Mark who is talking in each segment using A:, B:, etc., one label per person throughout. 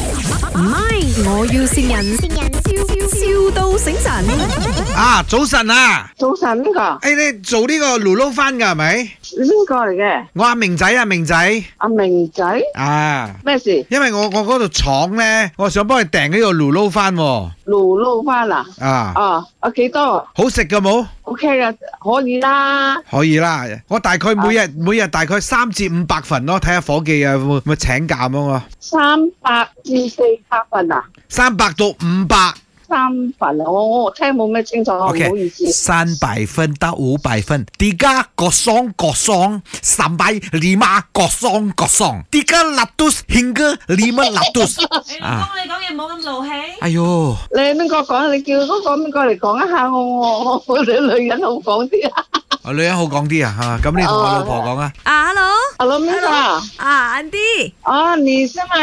A: 唔係，我要善人，笑笑到醒神。
B: 啊，早晨啊！
C: 早晨呢、個
B: 诶、你做呢個葫蘆翻㗎係咪？
C: 邊個嚟嘅？
B: 我阿明仔啊，明仔
C: 阿明仔
B: 啊，
C: 咩事？
B: 因為我我嗰度廠咧，我想幫佢訂呢個葫蘆翻喎，
C: 露露翻啊？
B: 啊，
C: 啊啊幾多
B: 好食㗎冇？
C: ờ, ？OK 啊，可以啦。
B: 可以啦，我大概每日、
D: 啊
B: 每日大概三至五百份咯，睇下伙計啊會唔會請假咁啊，
C: 三百至四百份啊？
B: 三百到五百。
C: 三份啊？我我聽冇咩清楚，哦唔好
D: OK，
C: 意思。
D: 三百分到五百分，而家各雙各雙，三百你媽各雙各雙，而家立都慶哥你乜立都，
E: 你老哎公，你講嘢唔好咁怒氣。
D: 哎呦，
C: 你邊個講？你叫嗰個邊個嚟講一下，我我我你女人好講啲啊。
D: 啊女人好講啲啊，吓、咁你同我老婆講啊，
A: 啊，hello，
C: Hello，邊個啊？
A: 啊，Andy，
C: 哦，你是嘛？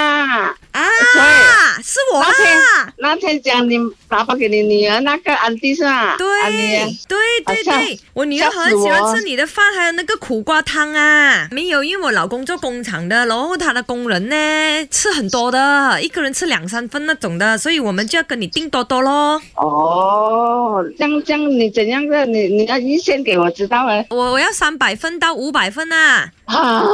A: 啊
C: 对，
A: 是我
C: 那
A: 啦
C: 天。那天講你打包給你女兒那個安迪是嘛？安啊
A: 对
C: 迪。
A: 对对
C: 吓
A: 对，我女儿很喜欢吃你的饭，还有那个苦瓜汤啊。没有，因为我老公做工厂的，然后他的工人呢吃很多的，一个人吃两三份那种的，所以我们就要跟你订多多咯。
C: 哦，这样这样，你怎样的？你你要预先给我知道哎。
A: 我我要三百份到五百份啊
C: 好，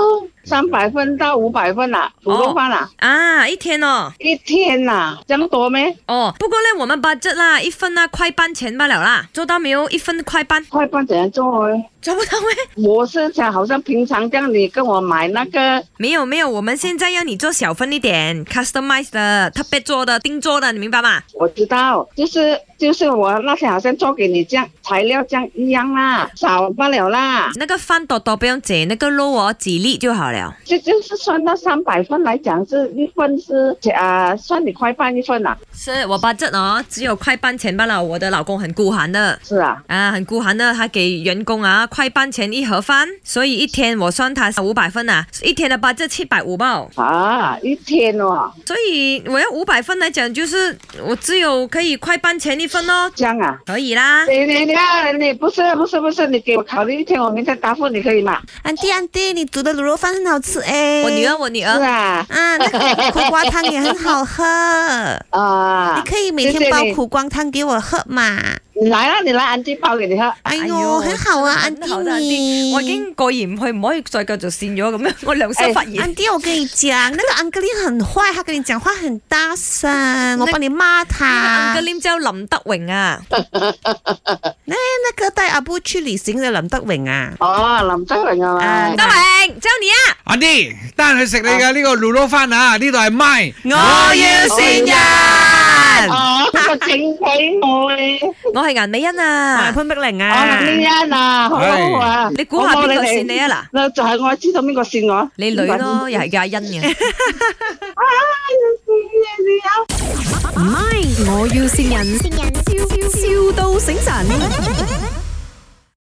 C: 三百份到五百份啦，卤肉饭啦，
A: 啊，一天哦
C: 一天啦，这样多咩？
A: 哦。不过呢，我们 budget 啦，一份啊快半钱罢了啦，做到没有？一份快半，
C: 快饭怎样做哎？
A: 做不到咩？
C: 我是想好像平常这样，你跟我买那个
A: 没有没有，我们现在要你做小份一点，customize 的，特别做的，定做的，你明白吗？
C: 我知道，就是就是我那天好像做给你这样材料这样一样啦，少不了啦，
A: 那个饭多多不用紧，那个肉哦几粒就好了。
C: 这就是算到三百份来讲，是一份是啊、呃算你快半一份啊啦，
A: 是我 budget 哦，只有快半钱罢了。我的老公很孤寒的
C: 是啊，
A: 啊，很孤寒的，他给员工啊快半钱一盒饭，所以一天我算他五百份啊，一天的 budget 七百五吧。
C: 啊，一天哦，
A: 所以我要五百份来讲，就是我只有可以快半钱一份哦，
C: 这样啊。
A: 可以啦。
C: 你你你啊你不是不是不是，你给我考虑一天，我明天答复你可以吗？
F: 安迪安迪，你煮的卤肉饭很好吃哎、
A: 我女儿，我女
C: 是
A: 儿，
C: 啊，
F: 啊，那个苦瓜汤也很好喝，
C: 啊，
F: 你可以每
C: 谢谢
F: 天煲
C: 你
F: 苦瓜汤给我喝嘛。
C: 你来啊啦，你来，安迪包给你喝。
F: 哎呦，很好啊，安
A: 真
F: 迪
A: 係好得
F: 你。
A: 我已經過意唔去，唔可以再繼續扇咗 咁樣，我良心
C: 哎
A: 發現。
F: 安迪，我跟你讲，那个安格丽很坏，他跟你讲话很大声，我帮你骂他
A: 个。念叫林德榮啊，
F: 那那个带阿布去旅行的林德荣啊，
C: 哦，林德荣啊
F: 啊
C: 嘛
A: 德，榮，叫你啊！
B: 阿啲，得閒去食你嘅呢個葫蘆翻啊！呢度係咪？
F: 我要
C: 善
F: 人
C: 哦，個整俾我咧，
A: 我係顏美欣
F: 我
A: 啊
F: 系，潘碧玲
C: 我
F: 啊。哎
C: 呢一啊，好啊，
A: 你估下
C: 我冇
A: 邊個
C: 你
A: 扇你啊嗱？
C: 嗱，就係我知道邊個線我，
A: 你女咯，又係叫阿欣嘅。
C: 啊。
A: 唔係，我要善人，笑到醒神。